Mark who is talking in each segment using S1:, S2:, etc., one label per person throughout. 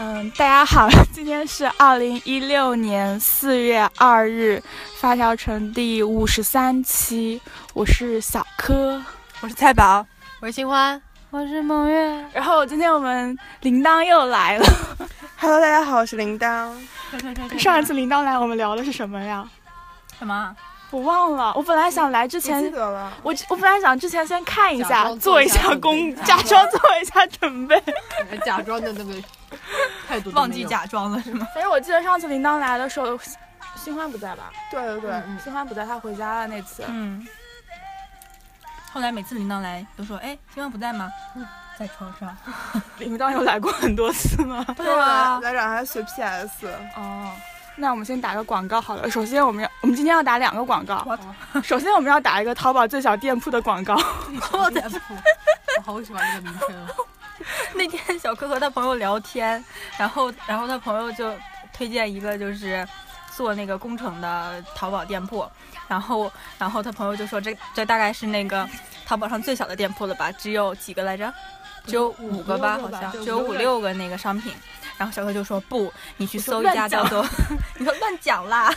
S1: 嗯，大家好， 今天是二零一六年四月二日，发条城第五十三期，我是小柯。
S2: 我是菜宝，
S3: 我是新欢，
S4: 我是梦月，
S1: 然后今天我们铃铛又来了，
S5: Hello，大家好，我是铃铛。
S1: 上一次铃铛来我们聊的是什么呀？
S2: 什么？
S1: 我忘了，我本来想来之
S5: 不记
S1: 前，
S5: 得了，
S1: 我我本来想之前先看一
S3: 假
S1: 下，
S3: 装
S1: 做
S3: 做
S1: 一
S3: 一下
S1: 下
S3: 功
S1: 功，假装做一下准备。
S3: 假装的那个态度都没有
S2: 忘记，假装了是吗？
S1: 反正我记得上次铃铛来的时候，新欢不在吧？
S5: 对对对，
S3: 嗯
S1: 新欢不在，他回家了那次。
S2: 嗯。后来每次铃铛来都说：“哎，今晚不在吗？”
S3: 嗯
S2: 在床上。
S3: 啊
S1: 铃铛有来过很多次吗？
S2: 对啊，
S5: 来长还学 PS，
S1: 哦，那我们先打个广告好了。首先，我们要我们今天要打两个广告。首先，我们要打一个淘宝最小店铺的广告。
S3: 我的 我好喜欢这个名称哦，
S2: 那天小柯和他朋友聊天，然后然后他朋友就推荐一个就是做那个工程的淘宝店铺，然后然后他朋友就说这这大概是那个淘宝上最小的店铺了吧，只有几个来着？只有五个吧，
S3: 五
S2: 好
S3: 六个吧
S2: 像
S3: 对
S2: 只有五
S3: 五六个
S2: 六个那个商品。然后小柯就说不，你去搜一
S1: 乱
S2: 家
S1: 讲
S2: 叫 做，你说乱讲啦，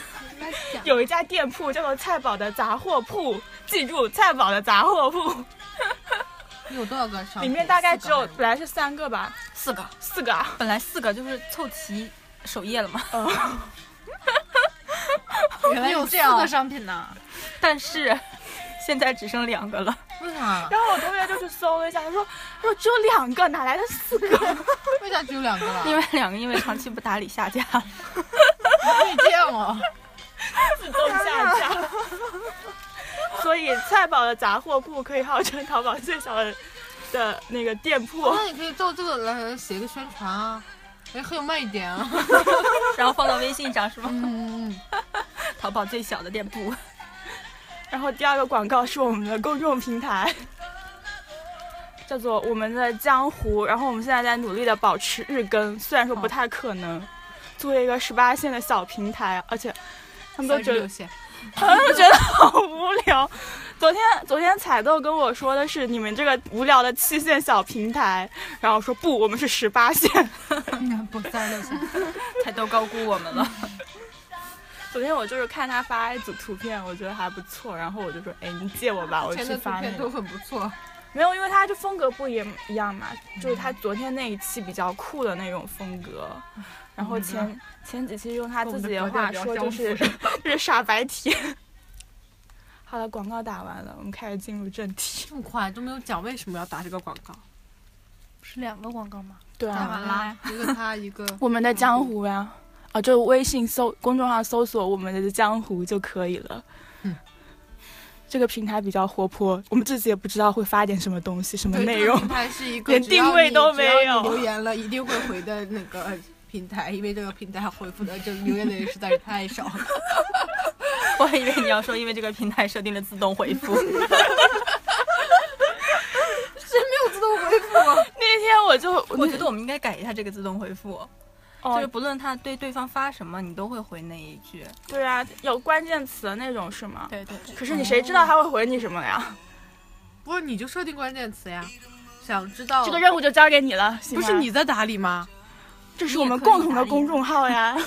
S1: 有一家店铺叫做菜宝的杂货铺，记住菜宝的杂货铺，
S3: 你有多少个商
S1: 里
S3: 品？
S1: 面大概只有
S3: 啊四个
S1: 本来是三个吧，
S2: 四个，
S1: 四个啊。
S2: 本来四个就是凑齐首页了嘛，
S3: 还是
S4: 原来
S3: 你有四
S4: 是这样
S3: 个商品呢？
S2: 但是现在只剩两个了。
S3: 为啥？
S1: 然后我同学就去搜了一下，他说他说只有两个，哪来的四个？
S3: 为啥只有两个啊 了？
S2: 另外两个因为长期不打理下架了。
S3: 可以这样 哦，
S1: 自动下架。啊 所以菜宝的杂货铺可以号称淘宝最小的的那个店铺。
S3: 哦那你可以照这个来写个宣传啊，哎，很有卖点啊。
S2: 然后放到微信上是吗？
S3: 嗯嗯
S2: 淘宝最小的店铺，
S1: 然后第二个广告是我们的公众平台，叫做我们的江湖。然后我们现在在努力的保持日更，虽然说不太可能。作为一个十八线的小平台，而且他
S3: 嗯，
S1: 们都觉得
S3: 36线
S1: 他们觉得好无聊。昨天昨天彩豆跟我说的是你们这个无聊的七线小平台，然后我说不，我们是十八线。
S3: 不三十六线，
S2: 才都高估我们了。
S1: 昨天我就是看他发一组图片，我觉得还不错，然后我就说，哎，你借我吧，我
S3: 前
S1: 去
S3: 的图
S1: 发那
S3: 片都
S1: 个。
S3: 很不错。
S1: 没有，因为他就风格不一一样嘛，就是他昨天那一期比较酷的那种风格，然后前、前几期用他自己的话说就是就是傻白甜。好了，广告打完了，我们开始进入正题。
S3: 这么快都没有讲为什么要打这个广告，
S4: 不是两个广告吗？
S1: 对
S3: 打
S1: 啊，
S3: 完啦，一个他一个。
S1: 我们的江湖呀、啊，就微信搜公众号搜索“我们的江湖”就可以了。
S3: 嗯，
S1: 这个平台比较活泼，我们自己也不知道会发点什么东西、什么
S3: 对，
S1: 内容
S3: 这个。平台是一个
S1: 连
S3: 只要
S1: 定位
S3: 你
S1: 都
S3: 只要
S1: 没有
S3: 你留言了一定会回的那个平台，因为这个平台回复的这留言的人实在是太少了。
S2: 我还以为你要说因为这个平台设定了自动回复，
S1: 那天我就
S2: 我觉得我们应该改一下这个自动回复，
S1: 哦
S2: 就是不论他对对方发什么，你都会回那一句。
S1: 对啊，有关键词的那种是吗？
S2: 对对对，
S1: 可是你谁知道他会回你什么呀？
S3: 不是你就设定关键词呀，想知道
S1: 这个任务就交给哦你了，行
S3: 不
S1: 吗
S3: 是，你在打理 吗？
S1: 这是我们共同的公众号呀。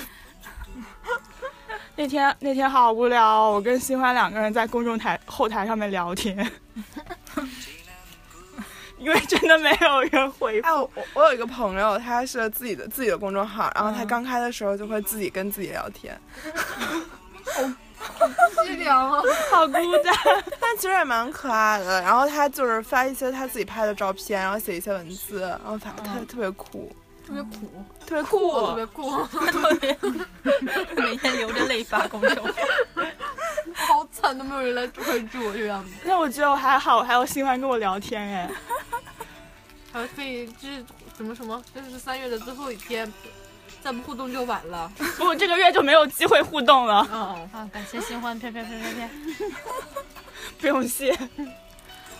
S1: 那天那天好无聊哦、我跟新欢两个人在公众台后台上面聊天， 因为真的没有人回复。
S5: 哎，我我我有一个朋友，他是自己的自己的公众号，然后他
S2: 嗯
S5: 刚开的时候就会自己跟自己聊天，
S3: 凄凉啊！
S1: 好孤单。
S5: 但其实也蛮可爱的。然后他就是发一些他自己拍的照片，然后写一些文字，然后反正特别特别酷，
S3: 特别苦，
S5: 特别酷
S3: 特别
S2: 特
S3: 苦，
S2: 别每天流着泪发公众号，
S3: 好惨，都没有人来关注我这样子。
S1: 那我觉得我还好，我还有新欢跟我聊天哎。
S3: 还可以就是什么什么，这是三月的最后一天，再不互动就晚了。
S1: 不，这个月就没有机会互动了，
S3: 嗯，
S4: 啊，感谢新欢，飘飘飘飘飘。
S1: 不用谢。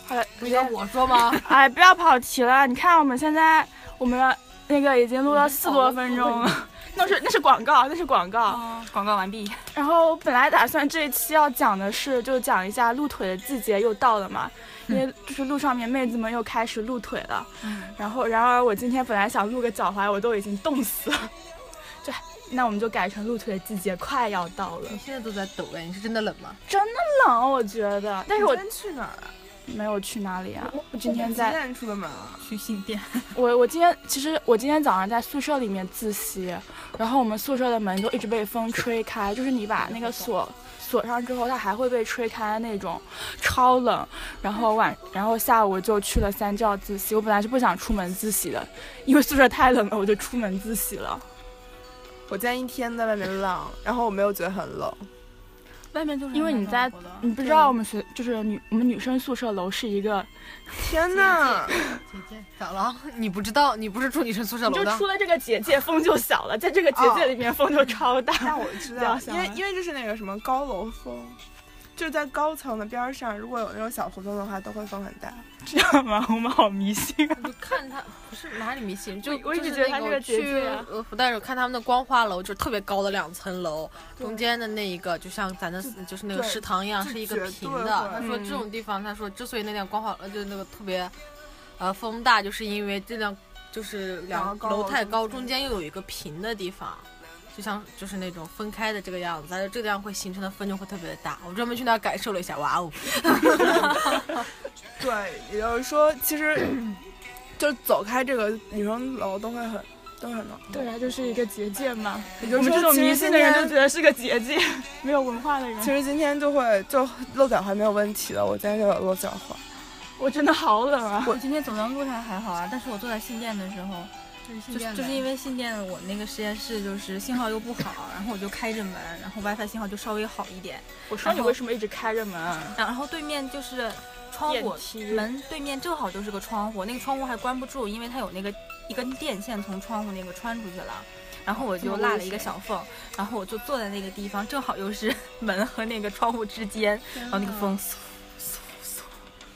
S1: 好了，
S3: 不要我说吗？
S1: 哎，不要跑题了。你看我们现在我们那个已经录了四多分钟了， 那是那是广告，那是广告。
S2: 哦，广告完毕。
S1: 然后本来打算这一期要讲的是，就讲一下露腿的季节又到了嘛，因为就是路上面妹子们又开始露腿了。然后，然而我今天本来想露个脚踝，我都已经冻死了。 对，那我们就改成露腿的季节快要到了
S3: 你，现在都在抖哎，你是真的冷吗？
S1: 冷啊我觉得。但是我
S5: 你今天去哪儿啊？
S1: 没有去哪里啊，我今天
S5: 你
S1: 在
S5: 几点出的门啊？
S2: 去信店。
S1: 我我今天其实我今天早上在宿舍里面自习，然后我们宿舍的门就一直被风吹开，就是你把那个锁锁上之后，它还会被吹开那种，超冷。然后晚然后下午就去了三教自习，我本来是不想出门自习的，因为宿舍太冷了，我就出门自习了。
S5: 我今天一天在外面浪，然后我没有觉得很冷。
S2: 外面就是
S1: 因为你在
S2: 很暖和的
S1: 你不知道我们学就是女我们女生宿舍楼是一个，
S5: 天呐，
S3: 姐姐，咋了？你不知道，你不是住女生宿舍
S1: 你就
S3: 楼的？
S1: 出了这个结界风就小了，在这个结界里面风就超大。
S5: 那我知
S1: 不
S5: 道
S1: 要，
S5: 因
S1: 想
S5: 为
S1: 了
S5: 因为就是那个什么高楼风，就是在高层的边儿上，如果有那种小胡同的话，都会风很大。
S1: 这样吗？我们好迷信啊！
S3: 你就看他不是哪里迷信，就
S1: 我一直
S3: 就是
S1: 觉得他
S3: 那
S1: 这
S3: 个
S1: 个结
S3: 去
S1: 界啊
S3: 呃复旦有看他们的光花楼，就是特别高的两层楼，中间的那一个就像咱的就是那个
S5: 对
S3: 食堂一样，
S5: 就是
S3: 一
S5: 绝
S3: 个
S5: 对
S3: 平
S5: 会
S3: 的。他说
S1: 嗯
S3: 这种地方，他说之所以那辆光华呃就是那个特别，呃风大，就是因为这辆就是两
S5: 两个高
S3: 楼
S5: 楼
S3: 太
S5: 中
S3: 高，
S5: 间
S3: 中间又有一个平的地方。就像就是那种分开的这个样子，但是这个样会形成的风就会特别的大。我专门去那儿感受了一下，哇哦！
S5: 对，也就是说，其 实就走开这个女生楼都会很都会很冷。
S1: 对啊，就是一个结界嘛。
S5: 也
S1: 我
S5: 就是
S1: 们
S5: 说，
S1: 这种
S5: 其
S1: 迷
S5: 实
S1: 信
S5: 今
S1: 的人就
S5: 天
S1: 觉得是个结 界，没有文化的
S5: 其
S1: 人，
S5: 实今天就会就露脚踝没有问题的，我今天就有露脚踝。
S1: 我真的好冷啊！
S2: 我今天走廊路上还好啊，但是我坐在信店的时候，就是就是因为信店我那个实验室就是信号又不好，然后我就开着门，然后 WiFi 信号就稍微好一点，
S1: 我说你
S2: 然后
S1: 为什么一直开着门啊？
S2: 然后对面就是窗
S1: 电
S2: 户
S1: 梯
S2: 门对面正好就是个窗户，那个窗户还关不住，因为它有那个一根电线从窗户那个穿出去了。然后我就落了一个小缝，然后我就坐在那个地方，正好又是 门和那个窗户之间，然后那个风嗖嗖嗖，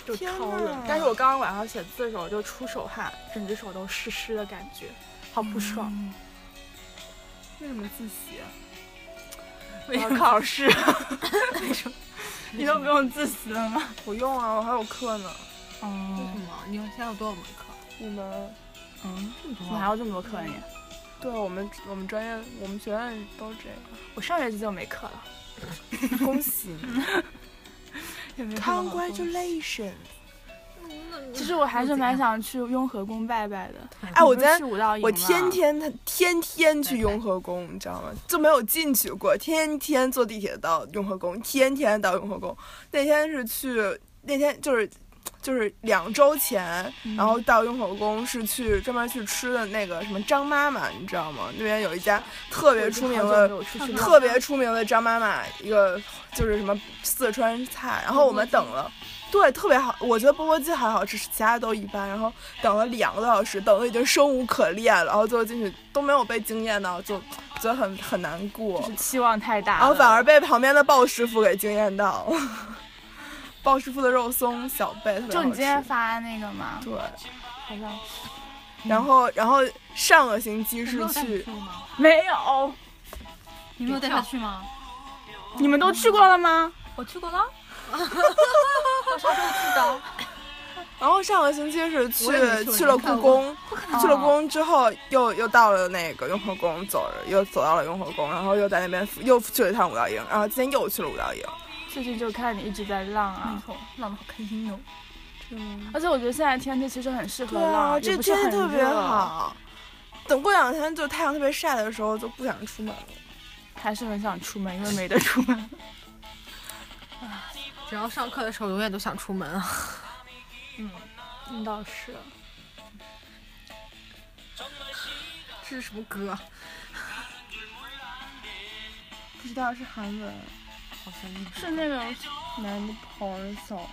S1: 就
S5: 天
S1: 超
S5: 呐
S1: 冷。但是我刚刚晚上写字的时候就出手汗，整只手都湿湿的感觉，好
S5: 嗯
S1: 不爽。
S5: 为什么自习啊？
S1: 我要考 试，你都不用自习了吗？
S5: 我用啊，我还有课呢。
S3: 为
S2: 哦
S3: 什，么？你现在有多少门课？
S5: 你们
S2: 嗯，
S3: 这么多
S1: 我还
S3: 啊？
S1: 要这么多课呢？
S5: 对我们我们专业我们学院都这样。
S1: 我上学期就没课了。
S5: 恭喜你
S1: 也没什么好说
S5: ，Congratulations！
S1: 其实我还是蛮想去雍和宫拜拜的。
S5: 哎，我
S1: 你不是
S5: 今天
S1: 去舞蹈营
S5: 我
S1: 吗
S5: 天天他天天去雍和宫，你知道吗？就没有进去过，天天坐地铁到雍和宫，天天到雍和宫。那天是去，那天就是。就是两周前，然后到雍和宫是去专门去吃的那个什么张妈妈，你知道吗？那边有一家特别出名的，
S1: 我已经好久没有出去了
S5: 特别出名的张妈妈，一个就是什么四川菜，然后
S1: 嗯
S5: 我们等了。对，特别好，我觉得钵钵鸡还好吃，其他都一般。然后等了两个多小时，等的已经生无可恋了，然后最后进去都没有被惊艳到，就觉得很很难过
S1: 就，是期望太大了，
S5: 然后反而被旁边的鲍师傅给惊艳到了。 鲍师傅的肉松小贝特别
S1: 就
S5: 好
S1: 你今天
S5: 吃。
S1: 发那个吗？
S5: 对，
S1: 好像
S5: 然后然后上个星期是去，
S1: 没有，
S4: 你没有带他去吗？
S1: 你们都去过了吗？
S2: 我去 过了，我啥时候去的？
S5: 然后上个星期是去
S3: 我也没去我
S5: 去了
S3: 没看
S5: 故
S3: 过
S5: 宫，去了故宫之后，又又到了那个雍和宫，走了又走到了雍和宫，然后又在那边又去了一趟舞蹈营，然后今天又去了舞蹈营。
S1: 最近就看你一直在浪
S2: 没
S1: 啊，
S2: 错，浪的好开心哦。
S1: 而且我觉得现在天气其实很适合
S5: 对
S1: 浪，
S5: 啊，
S1: 也
S5: 这
S1: 不是
S5: 天气
S1: 很
S5: 特别
S1: 热，
S5: 好。等过两天就太阳特别晒的时候，就不想出门了。
S1: 还是很想出门，因为没得出 门。
S3: 只要上课的时候，永远都想出门啊。
S1: 那嗯倒是，
S3: 这是什么歌？啊
S5: 不知道是韩文，
S3: 好像一直
S1: 是那个
S5: 男的 p o r s o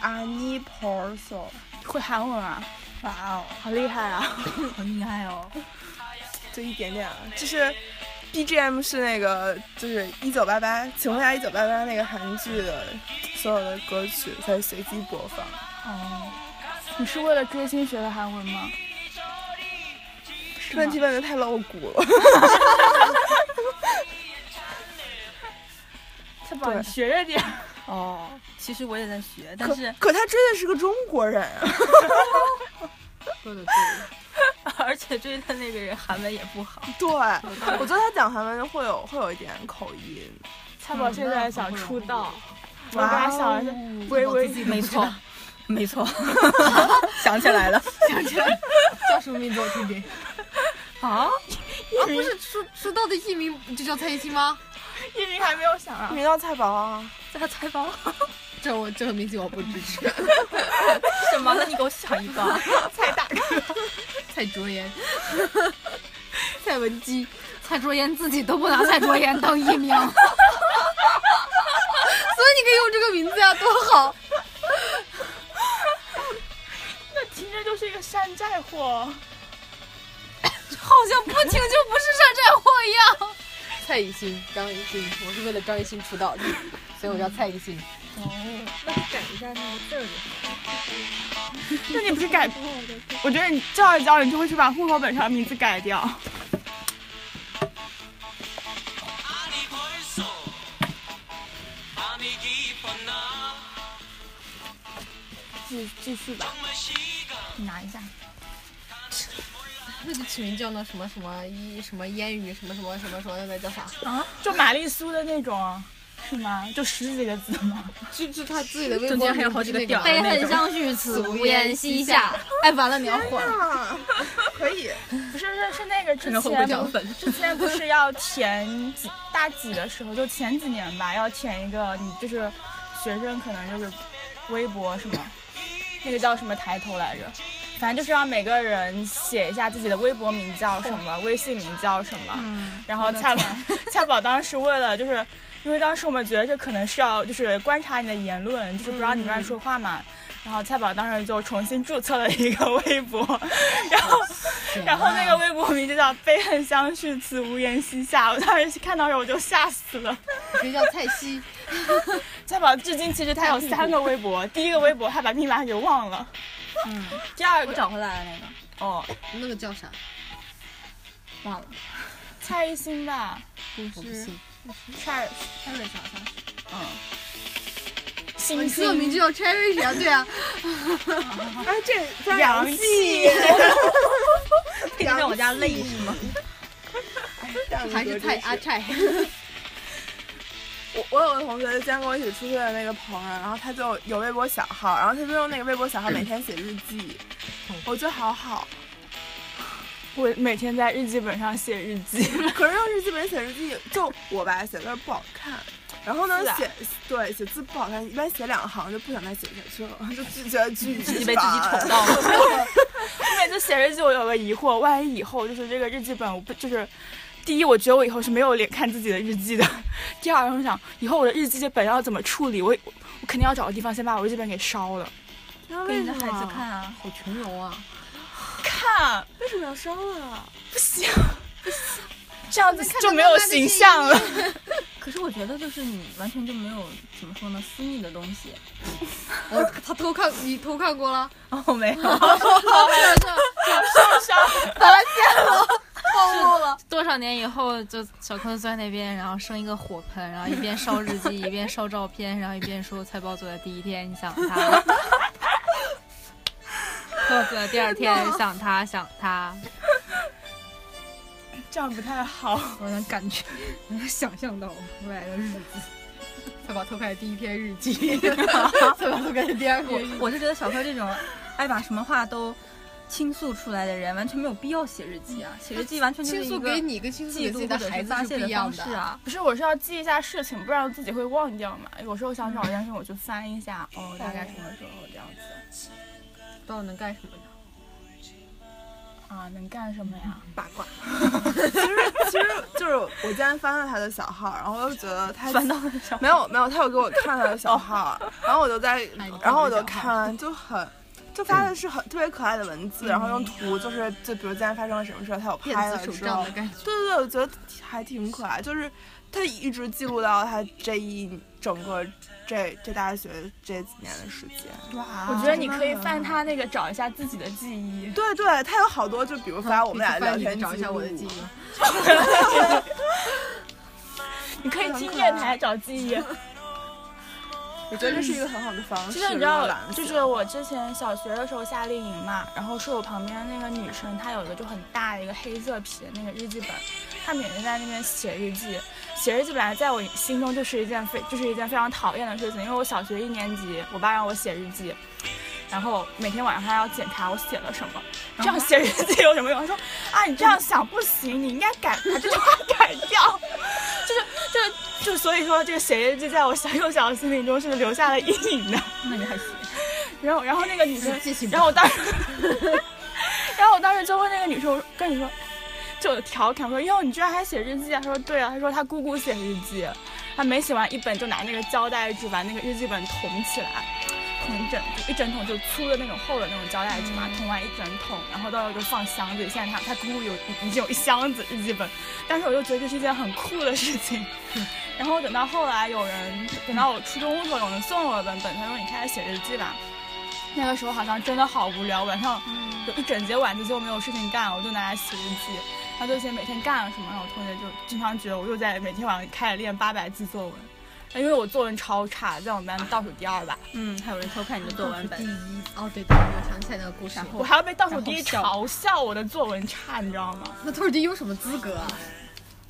S5: 阿尼 p o r s o
S1: 会韩文啊，
S2: 哇哦，
S1: 好厉害啊！
S2: 好厉害哦！
S5: 就一点点啊，就是 BGM 是那个就是一九八八，请回答一九八八那个韩剧的所有的歌曲在随机播放。
S1: 哦你是为了追星学的韩文吗？
S5: 问题问的太露骨了。
S1: 太棒，你学着点。
S2: 哦，其实我也在学，但
S5: 可
S2: 是
S5: 可他追的是个中国人啊！
S3: 对的对
S2: 而且追的那个人韩文也不好。
S5: 对，我觉得他讲韩文会有会有一点口音。
S1: 蔡宝现在想出道，我本来想着
S5: 哦
S1: 微微
S2: 没 错，没 错，想起来了
S3: 的，叫什么名字我听听？
S2: 啊！
S3: 啊，不是出出道的艺名就叫蔡依林吗？
S1: 一鸣还没有想啊
S5: 你。叫菜宝 啊？
S2: 在采访
S3: 这我这个明星我不支持。
S2: 什么？那你给我想一个。
S3: 蔡卓妍、蔡文姬、蔡卓妍自己都不拿蔡卓妍当艺名，所以你可以用这个名字呀，多好！
S1: 那听着就是一个山寨货，
S3: 好像不听就不是山寨货一样。蔡艺兴、张艺兴，我是为了张艺兴出道的，所以我叫蔡艺兴。
S1: 那你不是改？我觉得你教一教，你就会去把户口本上的名字改掉。
S6: 아니 벌써 밤이 깊었나
S1: 继继续吧，
S6: 정말 시간
S1: 你拿一下。
S3: 那就起名叫那什么什么一什么烟雨什么什么什么什么那个叫啥？
S1: 啊，就玛丽苏的那种啊，是吗？就十几个字吗？
S3: 就就他自己的微博
S2: 中间还有好几个
S3: 名字
S2: 点
S3: 那
S2: 儿
S4: 悲恨相续，此无言西夏。
S3: 哎，完了，秒火了。
S5: 啊，可以。
S1: 不是，是是那个之
S2: 可能会不会
S1: 前
S2: 涨粉？
S1: 之前不是要填几大几的时候，就前几年吧，要填一个你就是学生可能就是微博 什么，那个叫什么抬头来着，反正就是让每个人写一下自己的微博名叫什么，微信名叫什么。
S2: 嗯
S1: 然后蔡宝蔡宝当时为了就是。因为当时我们觉得这可能是要就是观察你的言论，就是不让你乱说话嘛。然后蔡宝当时就重新注册了一个微博， 然后然后那个微博名就叫“悲恨相续，此无言西夏”。我当时看到时候我就吓死了。
S3: 谁叫蔡西？
S1: 蔡宝至今其实他有三个微博，第一个微博他把密码给忘了，
S2: 嗯，
S1: 第二
S2: 我
S1: 个
S2: 找回来了那个，
S1: 哦
S3: 那个叫啥？
S2: 忘了。
S1: 蔡一新吧，
S3: 我不信。
S1: 蔡
S3: Cherry 啥啥？
S1: 嗯，
S3: 哦
S1: 新
S3: 你说的名
S1: 星
S3: 字叫 Cherry 啥？对啊，
S5: 哎，这
S1: 洋气，
S2: 天天在我家累是吗？
S3: 还是啊蔡阿蔡？
S5: 我我有个同学之前跟我一起出去的那个朋友，然后他就有微博小号，然后他就用那个微博小号每天写日记，
S2: 嗯
S5: 我觉得好好。
S1: 我每天在日记本上写日记，
S5: 可是用日记本写日记，就我吧写字儿不好看，然后呢
S1: 字啊
S5: 写对写字不好看，一般写两行就不想再写下去了， 就拒绝拒
S2: 自己
S5: 己
S2: 被自己
S5: 烦
S2: 宠到了。
S1: 每次写日记，我有个疑惑，万一以后就是这个日记本，我不就是，第一，我觉得我以后是没有脸看自己的日记的；第二，我想以后我的日记本要怎么处理，我我肯定要找个地方先把我日记本给烧了。
S2: 给你的孩子看啊，
S3: 好穷游啊！
S1: 看，
S5: 为什么要烧啊？
S1: 不行，不行，这样子就没有形象 了。
S2: 可是我觉得就是你完全就没有怎么说呢，私密的东西。
S3: 我哦他偷看你偷看过了？
S2: 哦，没有，
S3: 暴露了。
S2: 多少年以后，就小坤坐在那边，然后生一个火盆，然后一边烧日记，一边烧照片，然后一边说菜包做的第一天，你想他； 包做的第二天，想他想他。
S1: 这样不太好。
S2: 我能感觉，能 想象到未来的日子。
S3: 他把偷看的第一篇日 记，他把偷看的第二篇日记。
S2: 我是觉得小柯这种爱把什么话都倾诉出来的人，完全没有必要写日记啊！写日记完全就是
S3: 倾
S2: 一
S3: 诉
S2: 个
S3: 给你跟倾诉
S2: 记
S3: 给自
S2: 录
S3: 己
S2: 或
S3: 的
S2: 者
S3: 孩
S2: 是
S3: 子
S2: 发
S3: 是
S2: 泄
S3: 不
S2: 的
S3: 一样
S2: 方
S3: 的
S2: 式。啊。
S1: 不是，我是要记一下事情，不然我自己会忘掉嘛。有时候想找一件事，我就翻一下，哦，大概什么时候这样子
S3: 不知道能干什么呢？
S1: 啊？能干什么呀？
S5: 八卦。其实 其实就是我今天翻了他的小号，然后我就觉得他
S2: 翻到了小
S5: 没有没有，他有给我看他的小号，然后我就在
S3: 哎你，
S5: 然后我就
S3: 看不了
S5: 看，就很。就发的是很特别可爱的文字，然后用图，就是就比如今天发生了什么事儿，他有拍
S3: 嗯电
S5: 了
S3: 子手
S5: 之
S3: 账
S5: 后
S3: 的，感觉。
S5: 对对对，我觉得还挺可爱，就是他一直记录到他这一整个这这大学这几年的时间。
S2: 哇
S1: 我觉得你可以翻他那个找一下自己的记忆。
S5: 对对，他有好多，就比
S3: 嗯
S5: 如发我们俩聊天记录，
S3: 找一下我的记忆。
S1: 你可以听电台找记 忆。
S5: 我觉得这是一个很好的方式。
S1: 其实你知
S5: 如果
S1: 道
S5: 懒，得
S1: 就
S5: 写
S1: 是我之前小学的时候夏令营嘛，然后是我旁边那个女生，她有一个就很大的一个黑色皮的那个日记本，她每天在那边写日记。写日记本来在我心中就是一件非就是一件非常讨厌的事情，因为我小学一年级，我爸让我写日记，然后每天晚上还要检查我写了什么。这样写日记有什么用？他说啊，你这样想不行，你应该改把这句话改掉。就是就是就所以说，这个写日记在我小幼小的心灵中是留下了阴影的。
S2: 那你还行。
S1: 然后然后那个女生
S3: 记性，不
S1: 然后我当时， 然后我当时就问那个女生，我说跟你说，就调侃说，哟，你居然还写日记啊？她说对啊，她说她姑姑写日记，她每写完一本就拿那个胶带纸把那个日记本捅起来。捅一整一整桶，就粗的那种厚的那种胶带纸嘛，捅完一整桶，然后到时候就放箱子里。现在她她姑姑有已已经有一箱子日记本，但是我就觉得这是一件很酷的事 情。然后等到后来有人，等到我初中的时候，有人送我一本本，他说你开始写日记吧。那个时候好像真的好无聊，晚上
S3: 嗯
S1: 有一整节晚自习我没有事情干，我就拿来写日记，然后就写每天干了什么。然后我同学就经常觉得我又在每天晚上开始练八百字作文，因为我作文超差，在我们班倒数第二吧，
S2: 嗯，还有人偷看你的作文
S3: 第
S2: 本，
S3: 一，哦对对，我想起来那个故事
S2: 然。后
S1: 我还要被倒数第一
S2: 然后
S1: 嘲笑我的作文差，你知道吗？
S3: 那托尔第一有什么资格啊？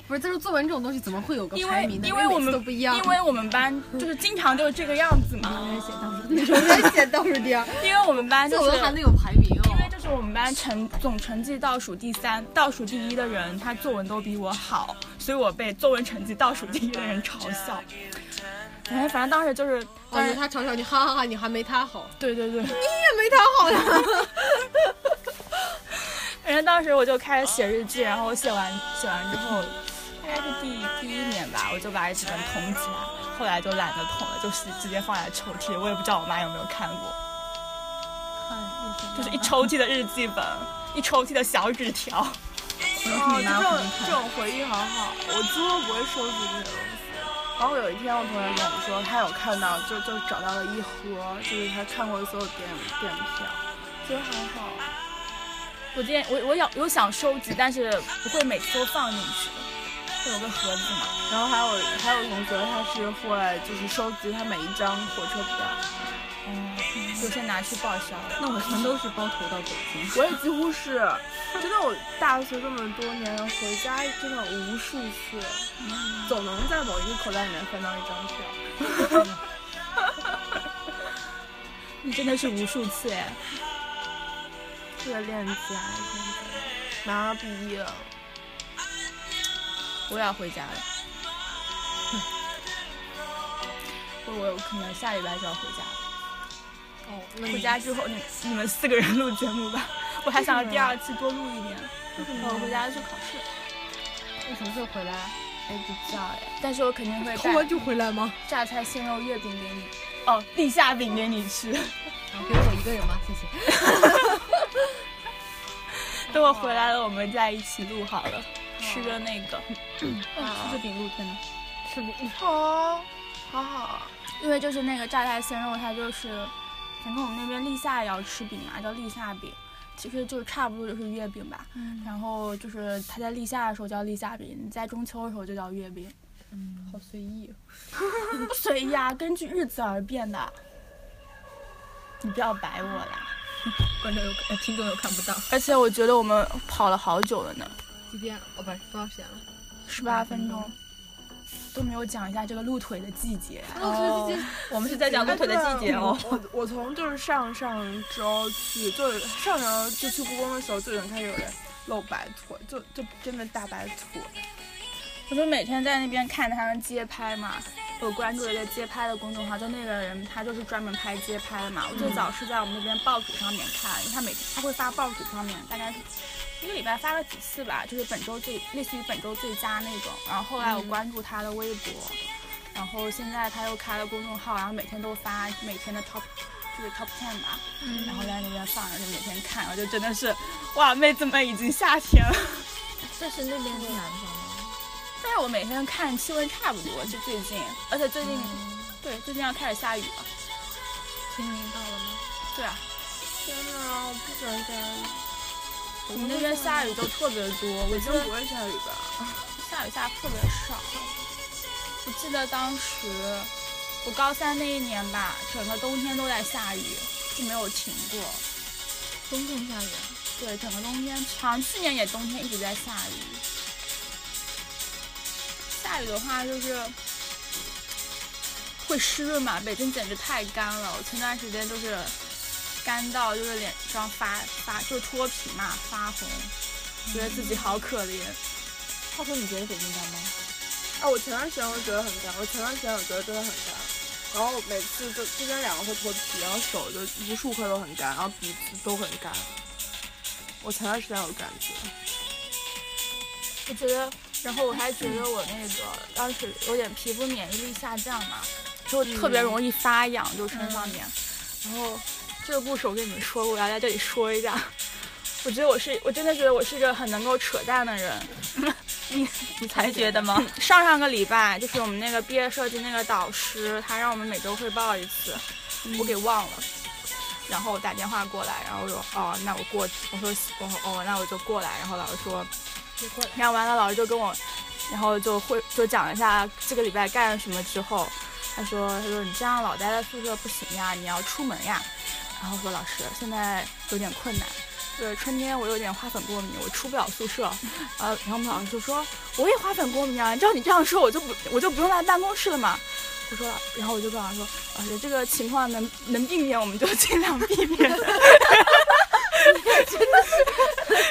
S3: 不是，他说作文这种东西怎么会有个
S1: 因
S3: 排
S1: 为
S3: 名呢？
S1: 因为我
S3: 每次
S1: 们
S3: 都不一样，
S1: 因为我们班就是经常就是这个样子嘛，
S3: 写倒数第一，我也写倒数第二，
S1: 因为我们班就
S3: 作文还
S1: 是。
S3: 能有排名
S1: 因为
S3: 哦。
S1: 就是我们班成总成绩倒数第三、倒数第一的人，他作文都比我好，所以我被作文成绩倒数第一的人嘲笑。哎，反正当时就是，
S3: 但
S1: 当
S3: 是
S1: 时
S3: 他嘲笑你，哈哈哈，你还没他好，
S1: 对对 对，
S3: 没他好呀。
S1: 反正当时我就开始写日记，然后我写完写完之后，大概是第第一年吧，我就把日记本捅起来，后来就懒得捅了，就是直接放在抽屉，我也不知道我妈有没有看过，就是一抽屉的日记本，一抽屉的小纸条。
S5: 哦，就这种这种回忆好好，我几乎不会收集这些东西。然后有一天，我同学跟我说，他有看到，就就找到了一盒，就是他看过的所有电电票，觉得还好。
S1: 我今天我我有有想收集，但是不会每次都放进去，会有个盒子嘛。
S5: 然后还有还有同学，他是会就是收集他每一张火车票，
S1: 嗯，有些拿去报销。
S2: 那我全都是包头到北京。
S5: 我也几乎是，真的我大学这么多年回家真的无数次，总能在某一个口袋里面翻到一张票。
S1: 你真的是无数次哎。
S5: 这个链家真的，马上毕业了。
S1: 我也要回家了。我我可能下礼拜就要回家了。
S3: 哦，那
S1: 回家之后，你你们四个人录节目 吧。我还想着第二期多录一点。为什么？我回家去考试。
S3: 你什么时候回来？
S1: 哎，不知道哎。但是我肯定会
S3: 考完
S1: 带
S3: 就回来吗？
S1: 榨菜鲜肉月饼给你，哦，地下饼给你吃。
S3: 给我一个人吧，谢谢。
S1: 等我回来了，我们再一起录好了。吃着那个，
S3: 嗯
S1: 嗯
S2: 这饼露天呢？
S5: 哦，好好。
S1: 因为就是那个榨菜鲜肉，它就是，反正我们那边立夏也要吃饼嘛，叫立夏饼，其实就差不多就是月饼吧。
S2: 嗯
S1: 然后就是它在立夏的时候叫立夏饼，你在中秋的时候就叫月饼，
S2: 嗯
S3: 好
S2: 啊
S3: 随意。
S1: 不 随意啊，根据日子而变的。你不要白我啦！
S2: 观众有呃听众又看不到。
S1: 而且我觉得我们跑了好久了呢，
S3: 几点？哦，不是多少时间了？
S1: 十八分钟，都没有讲一下这个露腿的季节呀、
S2: 哦，我们是在讲露腿的季节 哦。
S5: 哎啊我我从就是上上周去，就是上周就去故宫的时候就已经开始有人露白腿，就就真的大白腿。
S1: 我就每天在那边看他们街拍嘛，我关注了一个街拍的公众号，就那个人他就是专门拍街拍的嘛。我最早是在我们那边报纸上面看，因为他每他会发报纸上面，大概是一个礼拜发个几次吧，就是本周最类似于本周最佳那种。然后后来我关注他的微博，然后现在他又开了公众号，然后每天都发每天的 top。就是 top ten 吧，然后在那边放着，就每天看，我就真的是，哇，妹子们已经夏天了。
S4: 这是那边的南方吗？
S1: 但是我每天看气温差不多，就最近，而且最近，对，最近要开始下雨了。
S2: 清明到了吗？
S1: 对啊，
S5: 天哪，我不喜欢下雨。
S1: 我们那边下雨都特别多，我
S5: 北
S1: 记
S5: 京
S1: 得
S5: 不会下雨吧？
S1: 下雨下得特别少。我记得当时我高三那一年吧，整个冬天都在下雨，就没有停过。
S2: 冬天下雨啊，
S1: 对，整个冬天，好像去年也冬天一直在下雨。下雨的话就是会湿润嘛，北京简直太干了。我前段时间就是干到就是脸上发发就脱皮嘛，发红，觉得自己好可怜。
S3: 话说你觉得北京干吗？
S5: 啊，我前段时间会觉得很干，我前段时间我觉得真的很干，然后每次就这边两个会脱皮，然后手就无数块都很干，然后鼻子都很干。我前段时间有感觉，
S1: 我觉得，然后我还觉得我那个当时有点皮肤免疫力下降嘛，就特
S2: 嗯
S1: 别容易发痒，就身上面。然后这个故事我跟你们说过，我要在这里说一下。我觉得我是，我真的觉得我是一个很能够扯淡的人。 嗯
S2: 你才觉得吗？
S1: 上上个礼拜就是我们那个毕业设计那个导师，他让我们每周汇报一次，我给忘了。然后我打电话过来，然后我说哦，那我过，我说我说哦，那我就过来。然后老师说，然后完了，老师就跟我，然后就会就讲了一下这个礼拜干了什么之后，他说他说你这样老待在宿舍不行呀，你要出门呀。然后我说老师现在有点困难，就是春天我有点花粉过敏，我出不了宿舍。呃，然后我们老师就说我也花粉过敏啊，照你这样说，我就不我就不用来办公室了嘛。我说，然后我就跟老师说，老师这个情况能能避免，我们就尽量避免。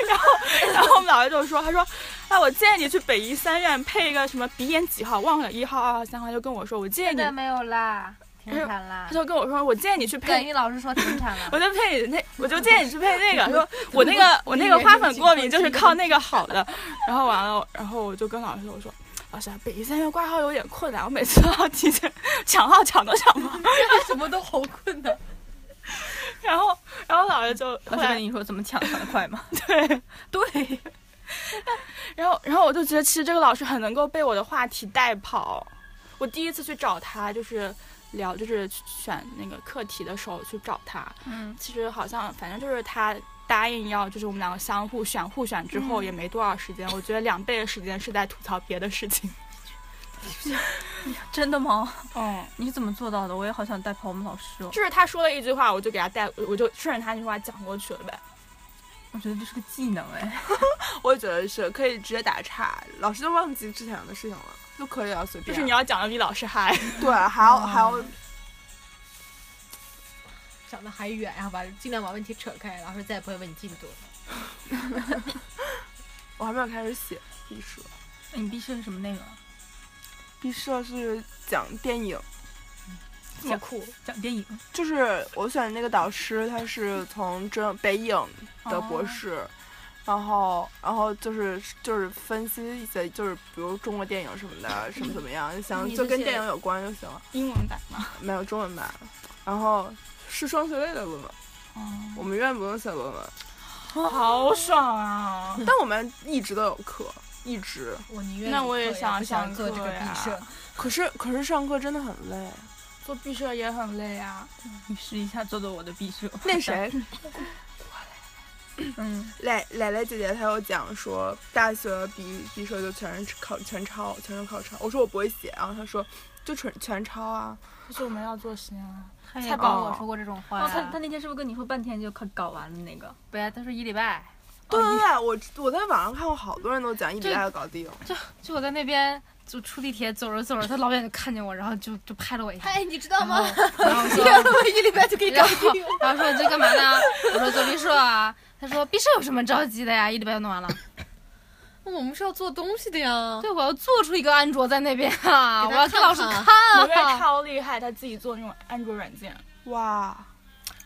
S1: 然后，然后我们老师就说，他说，啊，我建议你去北医三院配一个什么鼻炎几号，忘了一号、二号、三号，就跟我说，我建议你，
S4: 没有啦，停产啦
S1: 他。就跟我说，我建议你去
S4: 耿
S1: 配
S4: 玉老师说停产了
S2: 哦
S1: 我，就配你那，我就建议你去配那个。 说我那个我那个花粉过敏就是靠那个好的。然后完了，然后我就跟老师说，我说老师啊，北医三院挂号有点困难，我每次都要提前 抢号抢都抢不到。
S3: 什么都好困难。
S1: 然后然后老师就后
S2: 老师
S1: 来
S2: 跟你说怎么抢抢得快吗？
S1: 对，
S2: 对，
S1: 然后然后我就觉得其实这个老师很能够被我的话题带跑。我第一次去找他就是聊，就是选那个课题的时候去找他，
S2: 嗯，
S1: 其实好像反正就是他答应要，就是我们两个相互选互选之后也没多少时间，我觉得两倍的时间是在吐槽别的事情。
S2: 真的吗？
S1: 嗯，
S2: 你怎么做到的？我也好想带跑我们老师 哦。
S1: 就是他说了一句话，我就给他带，我就顺着他那句话讲过去了呗。
S2: 我觉得这是个技能哎，
S5: 我也觉得是可以直接打岔，老师就忘记之前的事情了，就可以啊，随
S1: 就
S5: 便。
S1: 是你要哦讲的比老师嗨，
S5: 对，还要、还要
S3: 想的还远，然后把尽量把问题扯开，然后说再也不会问你进度了。
S5: 我还没有开始写毕设，
S2: 哎你必须是什么内容？啊
S5: 毕设是讲电影，
S1: 这么酷。
S2: 讲电影
S5: 就是我选的那个导师，他是从中北影的
S1: 哦
S5: 博士，然后然后就是就是分析一些就是比如中国电影什么的，什么怎么样，就想
S1: 你
S5: 就跟
S1: 是
S5: 电影有关就行了，
S1: 英文版吗？
S5: 没有中文版，然后是双学位的论文，
S1: 哦，
S5: 我们院不用写论文，
S1: 好爽啊！
S5: 但我们一直都有课，一直，
S3: 我宁愿
S1: 那我也
S3: 有课呀
S1: 想
S3: 不想
S1: 上
S3: 做这
S1: 课
S3: 个毕
S1: 呀
S3: 设。
S5: 可是可是上课真的很累。
S1: 做毕设也很累啊。
S2: 你试一下做做我的必 修。
S5: 那 谁，
S2: 嗯，
S5: 蕾蕾蕾姐姐她有讲说，大学毕毕设就全是考全抄，全是考抄。我说我不会写，然后她说就全全抄啊。
S1: 就是我们要做实验啊。
S4: 他也
S5: 太
S4: 跟
S5: 棒了
S4: 我说过这种话
S2: 哦，
S4: 呀。
S2: 他他那天是不是跟你说半天就快搞完了那个？
S4: 不要，他说一礼拜，
S5: 对对对，我我在网上看过好多人都讲一礼拜就搞定。
S4: 就我在那边就出地铁走着走着，他老远就看见我，然后就就拍了我一下。
S3: 哎，你知道
S4: 然
S3: 吗
S4: 后？然后说，
S3: 我 一礼拜就给你搞
S4: 然后
S3: 定。
S4: 然后说你在干嘛呢？我说做毕设啊。他说毕设有什么着急的呀？一礼拜就弄完了。
S3: 我们是要做东西的呀。
S4: 对，我要做出一个安卓在那边啊！
S3: 给
S4: 我
S3: 他
S4: 要给老师
S3: 看
S1: 玫
S3: 看
S4: 看
S1: 瑰
S4: 啊！
S1: 超厉害，他自己做那种安卓软件。
S5: 哇，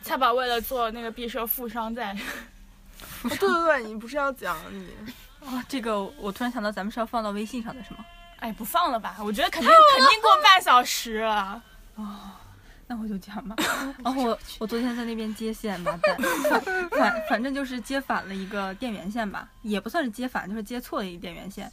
S1: 蔡宝为了做那个毕设负伤在，
S5: 哦对对对，你不是要讲 你？
S2: 哇，哦这个我突然想到，咱们是要放到微信上的是吗？
S1: 哎，不放了吧？我觉得肯定肯定过半小时了。
S2: 那我就讲吧。然后我我昨天在那边接线嘛，反反反正就是接反了一个电源线吧，也不算是接反，就是接错了一个电源线。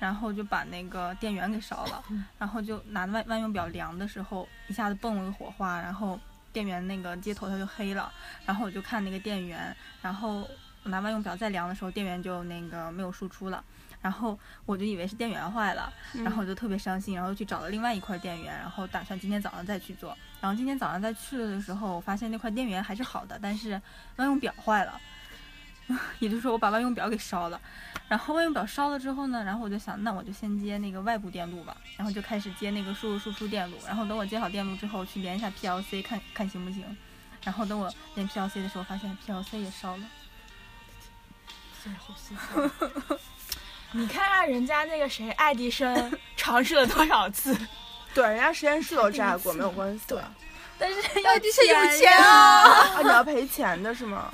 S2: 然后就把那个电源给烧了，然后就拿万万用表量的时候，一下子蹦了个火花，然后电源那个接头它就黑了，然后我就看那个电源，然后我拿万用表再量的时候，电源就那个没有输出了，然后我就以为是电源坏了，然后我就特别伤心，然后去找了另外一块电源，然后打算今天早上再去做，然后今天早上再去的时候，我发现那块电源还是好的，但是万用表坏了。 也就是说，我把万用表给烧了，然后万用表烧了之后呢，然后我就想，那我就先接那个外部电路吧，然后就开始接那个输入输出电路，然后等我接好电路之后，去连一下 PLC 看看行不行，然后等我连 PLC 的时候，发现 PLC 也烧了，
S1: 你看看人家那个谁爱迪生 尝试了多少次，
S5: 对，人家实验室有炸 过，没有关系。对，
S2: 但是要
S3: 这是哎有钱
S5: 啊，啊，你要赔钱的是吗？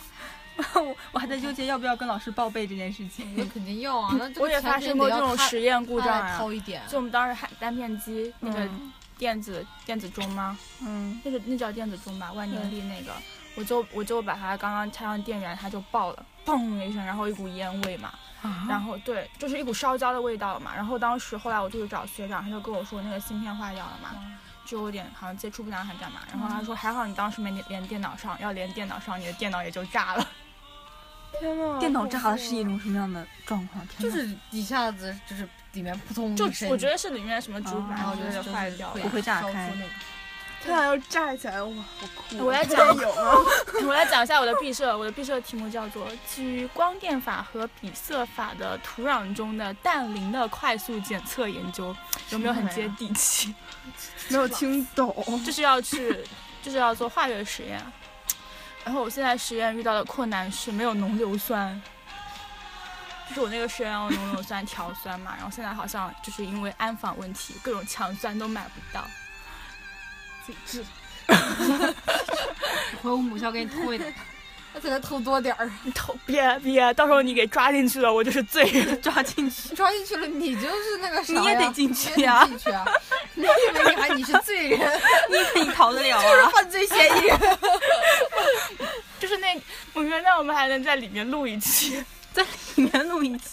S2: 我我还在纠结要不要跟老师报备这件事情，
S3: 那肯定要啊！那这
S1: 我
S3: 个
S1: 也
S3: 钱
S1: 发生过这种实验故
S3: 故
S1: 障啊。
S3: 掏一点，
S1: 就我们当时还单片机那个
S2: 嗯
S1: 电子电子钟吗？
S2: 嗯，
S1: 那个那叫电子钟吧，万年历那个，我就我就把它刚刚插上电源，它就爆了，嘣一声，然后一股烟味嘛，
S3: 啊
S1: 然后对，就是一股烧焦的味道嘛。然后当时后来我就去找学长，他就跟我说那个芯片坏掉了嘛，
S3: 嗯
S1: 就有点好像接触不良还干嘛。然后他说还好你当时没连连电脑上，要连电脑上你的电脑也就炸了。
S5: 天呐，
S2: 电脑炸了是一种什么样的状况？天
S3: 就
S2: 哪
S3: 是一下子就是里面扑通一
S1: 就
S3: 声
S1: 我觉得是里面什么主
S2: 哦
S1: 板
S3: 然后
S1: 之
S3: 嗯就
S1: 类
S3: 是
S1: 的坏掉了
S2: 不。会炸开
S3: 烧出那个
S5: 天呐，要炸起来，哇，我哭了。
S1: 我来讲
S5: 有吗？
S1: 我来讲一下我的毕设，我的毕设题目叫做《基于光电法和比色法的土壤中的氮磷的快速检测研究》，有没有很接地气？
S5: 没有听懂。
S1: 就是要去， 就是要做化学实验。然后我现在实验遇到的困难是没有浓硫酸，就是我那个实验要用浓硫酸调酸嘛， 然后现在好像就是因为安防问题，各种强酸都买不到。
S4: 回我母校给你偷一点。
S3: 那才能偷多点儿，
S1: 你偷别别，到时候你给抓进去了，我就是罪人。
S2: 抓进去，
S3: 抓进去了你就是那个啥呀，
S2: 你也得进去
S3: 你也
S2: 呀
S3: 得进去 啊！你以为你
S2: 啊
S3: 还你是罪人，
S2: 你逃得 了啊？
S3: 犯罪嫌疑人？
S1: 就是那，我觉得那我们还能在里面录一期。
S2: 里面录一期，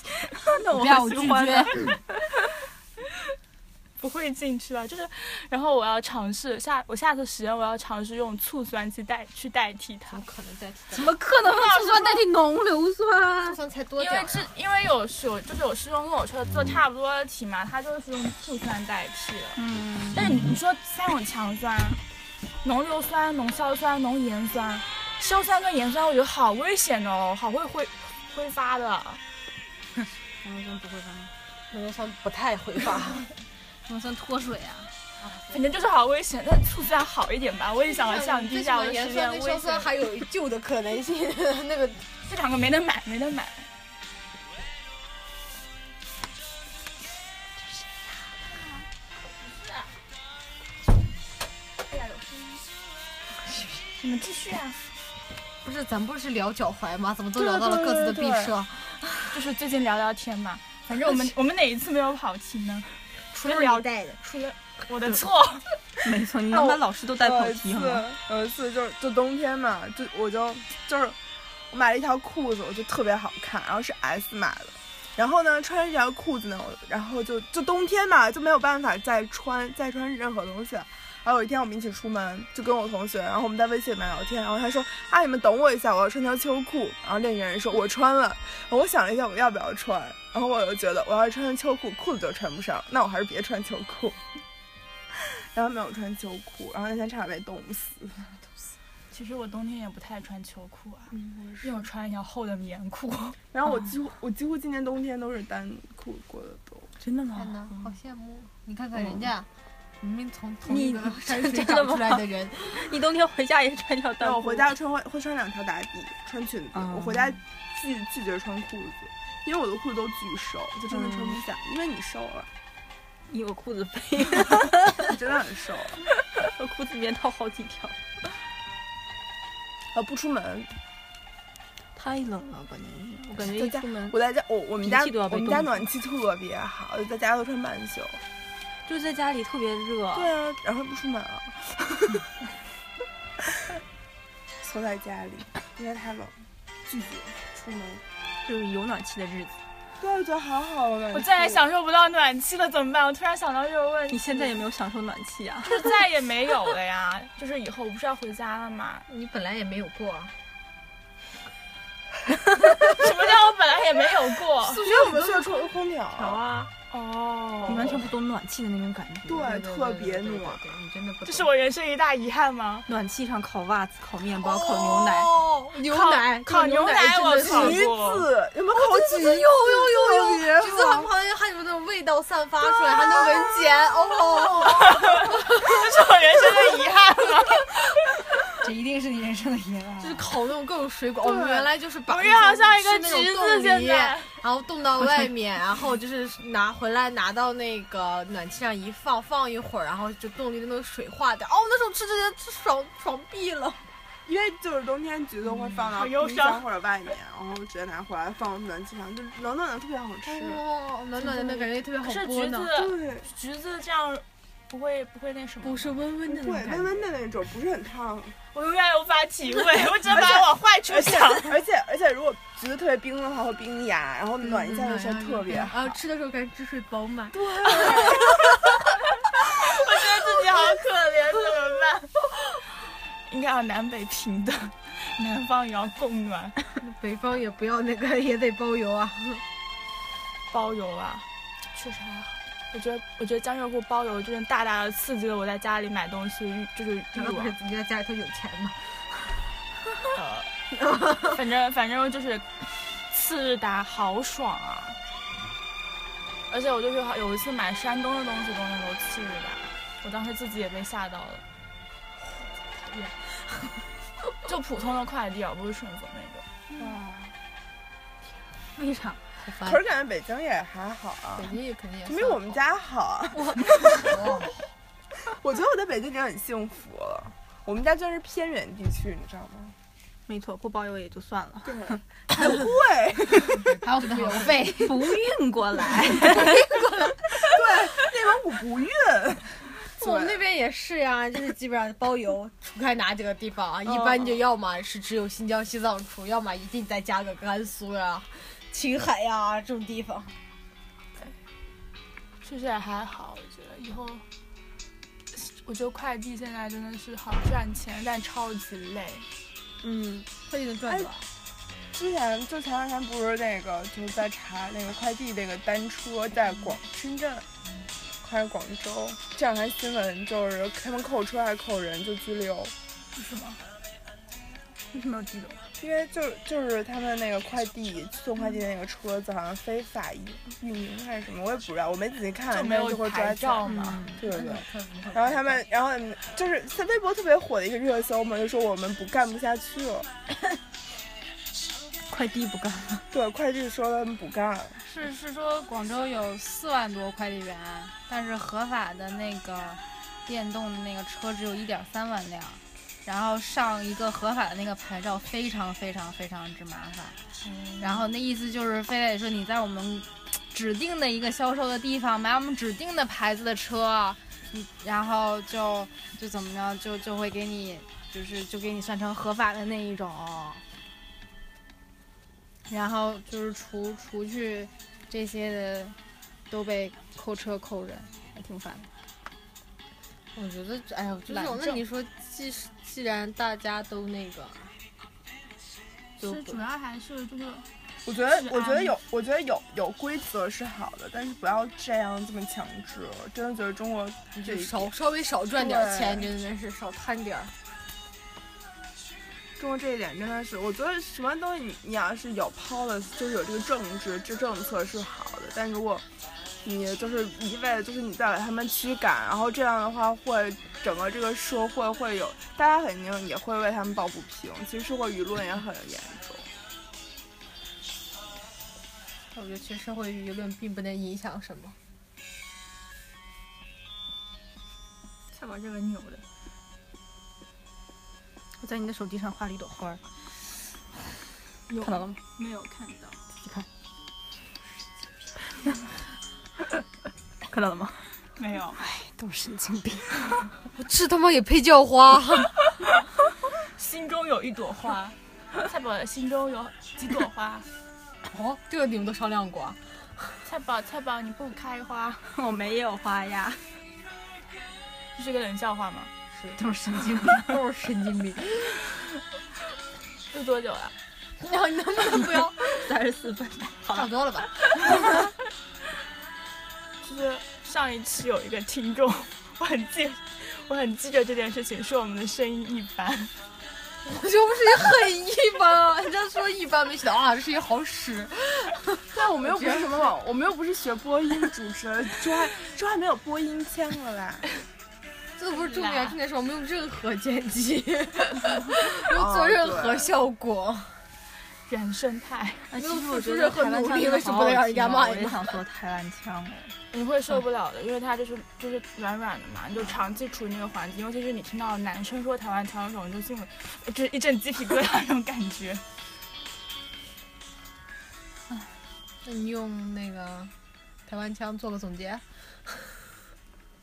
S2: 那我好
S3: 不要
S2: 喜
S3: 拒
S2: 欢的
S3: 绝，
S1: 不会进去了，就是，然后我要尝试下，我下次实验我要尝试用醋酸去代去代替它，
S3: 可能在
S4: 怎么可能醋酸代替浓硫酸
S3: 就？算才多
S1: 因
S3: 点儿
S1: 为
S3: 啊，
S1: 这因为有是有就是有师兄跟我说做差不多的题嘛，他就是用醋酸代替的，
S2: 嗯，
S1: 但是你你说三种强酸，浓硫酸、浓硝酸、浓盐酸，硝酸跟盐酸我觉得好危险哦，好会挥挥发的，
S3: 浓硫酸不会发，浓硫酸不太会发，
S4: 浓硫酸脱水啊？
S1: 反正就是好危险，但醋酸好一点吧，我也想要降低一下我的
S3: 盐
S1: 实
S3: 酸
S1: 验
S3: 跟
S1: 危
S3: 硝
S1: 险
S3: 酸，还有救的可能性，那个
S1: 这两个没得买，没得买。你们继续啊！
S3: 不是咱不是聊脚踝吗？怎么都聊到了各自的毕设？
S1: 就是最近聊聊天嘛，反正我 们我们哪一次没有跑题呢？除了聊带的，除了我的错，哦
S2: 没错，你能把老师都带跑
S5: 有一
S2: 题
S5: 次
S2: 好吗？，
S5: 有一次就是就冬天嘛，就我就就是我买了一条裤子，我就特别好看，然后是 S 码的。然后呢，穿这条裤子呢，我然后就就冬天嘛，就没有办法再穿再穿任何东西了。然后有一天我们一起出门，就跟我同学，然后我们在微信里面聊天，然后他说啊，你们等我一下，我要穿条秋裤。然后另一个人说，我穿了。然后我想了一下，我要不要穿？然后我又觉得，我要是穿秋裤，裤子就穿不上，那我还是别穿秋裤。然后没有穿秋裤，然后那天差点被冻死。
S1: 其实我冬天也不太穿秋裤啊，因为我穿了一条厚的棉裤。
S5: 然
S2: 啊
S5: 后我几乎、我几乎今年冬天都是单裤过的冬。
S1: 真的
S3: 天哪，好羡慕！你看看人家，明明从同
S2: 你
S3: 一个山水
S2: 真的
S3: 长出来
S2: 吗
S3: 的人，
S2: 你冬天回家也是穿一条单
S5: 但
S2: 裤。
S5: 我回家穿会会穿两条打底，穿裙子。
S2: 嗯
S5: 我回家拒拒绝穿裤子，因为我的裤子都巨瘦，就真的穿不下。
S2: 嗯
S5: 因为你瘦了，
S2: 你我裤子飞，
S5: 你真的很瘦。
S2: 我裤子里面套好几条。
S5: 啊，不出门，
S2: 太冷了，关键是，我感觉
S5: 在
S2: 一
S5: 家
S2: 出门
S5: 我在家，我我们家
S2: 脾气都要被
S5: 我们
S2: 冻
S5: 家
S2: 死
S5: 暖气特别好，就在家都穿半袖。
S2: 就是在家里特别热。
S5: 对啊，然后不出门了， 缩在家里，因为太冷，拒绝出门。
S2: 就是有暖气的日子。
S5: 对，我觉得好好啊，感觉
S1: 我再也享受不到暖气了，怎么办？我突然想到这个问题，
S2: 你现在也没有享受暖气啊？
S1: 就是再也没有了呀。就是以后我不是要回家了吗？
S3: 你本来也没有过啊。
S1: 什么叫我本来也没有过？
S5: 因为我们宿舍空空调
S1: 啊，哦，
S2: 你完全不懂暖气的那种感觉。
S5: 对特别
S3: 对对对
S5: 暖
S3: 对你真的不懂。
S1: 啊这是我人生一大遗憾吗？
S2: 暖气上烤袜子、烤面包、烤牛奶，
S3: 哦，牛奶，
S1: 烤
S3: 牛
S1: 牛奶
S3: 真
S1: 我
S3: 的是
S1: 烤
S5: 橘子，有没有烤橘子？有
S3: 有有有，橘
S5: 橘
S3: 子
S5: 子
S3: 旁
S5: 好
S3: 旁边还有那种味道散发
S1: 啊
S3: 出来，还能闻见，哦，
S1: 这是我人生的遗憾吗？
S4: 这一定是你人生的遗憾。
S3: 就是烤那种各种水果。我们原来就是把
S1: 我们好像一
S3: 吃
S1: 个
S3: 那种
S1: 橘
S3: 冻
S1: 子，现
S3: 梨
S1: 在
S3: 然后冻到外面，然后就是拿回来拿到那个暖气上一放，放一会儿，然后就冻里的那个水化掉。哦，那时候吃这些吃爽爽毙了。
S5: 因为就是冬天橘子会放到
S1: 好忧
S5: 冰箱
S1: 伤
S5: 或者外面，然后直接拿回来放暖气上，就暖暖的特别好吃。
S3: 哦，暖暖的那感觉特别好
S1: 是
S3: 剥
S1: 橘
S3: 呢，
S1: 子，
S5: 对，
S1: 橘子这样不会不会那什么
S3: 不？是温温的
S5: 对，温
S3: 那种感觉。
S5: 温的那种，不是很 烫。
S1: 我永远无法 体会，我只把往坏处想。
S5: 而且而且，如果橘子特别冰的话，会冰牙，然后
S3: 嗯
S5: 嗯暖一下的时候特别
S3: 然
S5: 好。
S3: 后啊吃的时候感觉汁水饱满，
S1: 我觉得自己好可怜，怎么办？ 应该要南北平等，南方也要供暖，
S3: 北方也不要那个，也得包邮啊。
S1: 包邮啊，确实还好。我觉得，我觉得江浙沪包邮真的大大的刺激了我在家里买东西的欲，就是欲
S3: 不
S1: 望
S3: 是。你在家里头有钱吗？
S1: 呃反正反正就是次日达好爽啊！而且我就是好有一次买山东的东西都能够次日达，我当时自己也被吓到了。 就普通的快递啊，不是顺丰那种。
S2: 为啥？
S3: 好烦
S5: 可是感觉北京也还好啊
S3: 啊北，京也肯定也
S5: 没我们家好啊。
S3: 哦
S5: 我觉得我在北京已经很幸福了。我们家真是偏远地区，你知道吗？
S2: 没错，不包邮也就算了，
S5: 对，很贵。
S4: 还有旅游费，
S2: 不运过 来。
S5: 对，内蒙古不运。
S3: 我们那边也是呀、就是基本上包邮，除开哪几个地方啊，一般就要么是只有新疆、西藏出，要么一定再加个甘肃呀、青海呀、这种地方。
S1: 确实也还好，我觉得以后，我觉得快递现在真的是好赚钱，但超级累。
S5: 嗯，
S3: 快递能赚
S5: 哎
S3: 吧？
S5: 之前就前两天不是那个，就是在查那个快递那个单车在广深圳还是广州，这两天新闻就是他们扣车还扣人就拘留，
S2: 为什么要记得？
S5: 因为就是就是他们那个快递送快递的那个车子好像非法运运营还是什么，我也不知道，我没仔细看，
S1: 就没有
S5: 但是就会抓
S1: 牌照
S5: 起
S1: 嘛
S2: 嗯，
S5: 来对对对。然后他们，然后就是在微博特别火的一个热搜嘛，就说我们不干不下去了。
S2: 快递不干，
S5: 对，快递说他们不干了。
S4: 是是说广州有四万多快递员，但是合法的那个电动的那个车只有一点三万辆，然后上一个合法的那个牌照非常非常非常之麻烦。然后那意思就是非得说你在我们指定的一个销售的地方买我们指定的牌子的车，你然后就就怎么着就就会给你就是就给你算成合法的那一种。然后就是除除去这些的，都被扣车扣人，还挺烦的。
S3: 我觉得，哎呀，就这
S4: 懒
S3: 种，那
S4: 政
S3: 你说，既是既然大家都那个，就不
S1: 要还是就是
S5: 我觉得
S1: 是，
S5: 我觉得
S1: 安
S5: 有，我觉得有有规则是好的，但是不要这样这么强制。哦真的觉得中国这
S3: 就
S5: 一
S3: 少稍微少赚点儿
S5: 对
S3: 钱，真的是少贪点儿。
S5: 中国这一点真的是，我觉得什么东西你你要是有 policy，就是有这个政治这政策是好的，但如果你就是一味的，就是你再把他们驱赶，然后这样的话会整个这个社会会有，大家肯定也会为他们抱不平，其实社会舆论也很严重。
S3: 但我觉得其实社会舆论并不能影响什么。
S2: 下巴这个扭的。我在你的手机上画了一朵花儿，
S1: 有
S2: 看到了吗？
S1: 没有看到？
S2: 看到了吗？
S1: 没有。
S2: 都是神经病。
S3: 这他妈也配叫 花？
S1: 心中有一朵花，蔡宝的心中有几朵花？
S3: 哦，这个你们都商量过啊？
S1: 菜宝，菜宝，你不开花，
S2: 我没有花呀，
S1: 这是个冷笑话吗？
S2: 都是神经病。
S3: 都是神经病。
S1: 录多久了？
S3: 那 你能不能不 要？
S2: 三十四分，好
S3: 差
S2: 了
S3: 不，多了吧？
S1: 就是上一期有一个听众，我很记，我很记着这件事情，说我们的声音一般。
S3: 我觉得我们是一很一般啊， 人家说一般没想到啊，这是一个好使。
S5: 但我们又不是什么网，我们又不是学播音主持人，周还周还没有播音腔了啦。
S3: 这个不是重点，重点是我们用任何剪 辑，没有做任何效果。
S1: 原生态，
S2: 那其
S3: 没有
S2: 实我
S3: 付出
S2: 觉得
S3: 任何
S2: 台湾
S3: 努
S2: 腔真
S3: 力为
S2: 的
S3: 什么
S2: 好
S3: 不
S2: 好
S3: 能
S2: 听
S3: 让人家
S2: 哦
S3: 骂
S2: 我
S3: 你
S2: 也想 说台湾腔哦了。
S1: 你会受不了的，因为它就是就是软软的嘛，你就长期处于那个环境，尤其是你听到男生说台湾腔的时候，你就心里就是一阵鸡皮疙瘩那种感觉。
S3: 那你用那个台湾腔做个总结？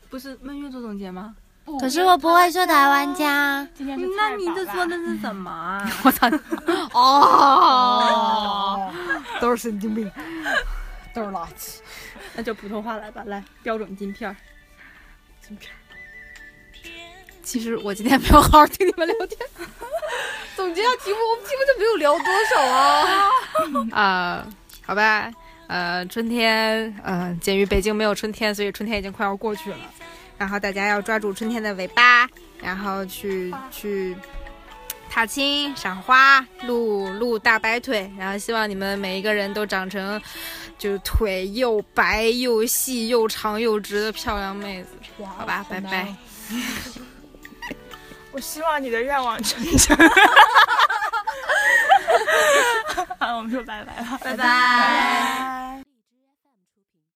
S2: 不是闷月做总结吗？
S4: 可是我不会说台湾腔，
S1: 今天是
S2: 嗯那你这说的是什么 啊？
S4: 我操，
S3: 哦，都是神经病，都是垃圾。
S2: 那就普通话来吧，来标准金片儿。
S4: 其实我今天没有好好听你们聊天
S3: 总结一下题目，我们题目就没有聊多少啊。
S4: 啊、好吧，呃，春天，呃，鉴于北京没有春天，所以春天已经快要过去了，然后大家要抓住春天的尾巴，然后去去踏青、赏花、露露大白腿，然后希望你们每一个人都长成就腿又白又细又长又直的漂亮妹子，好吧，拜拜。
S3: 哦
S1: 我希望你的愿望成 真。好，我们说拜拜吧，拜拜。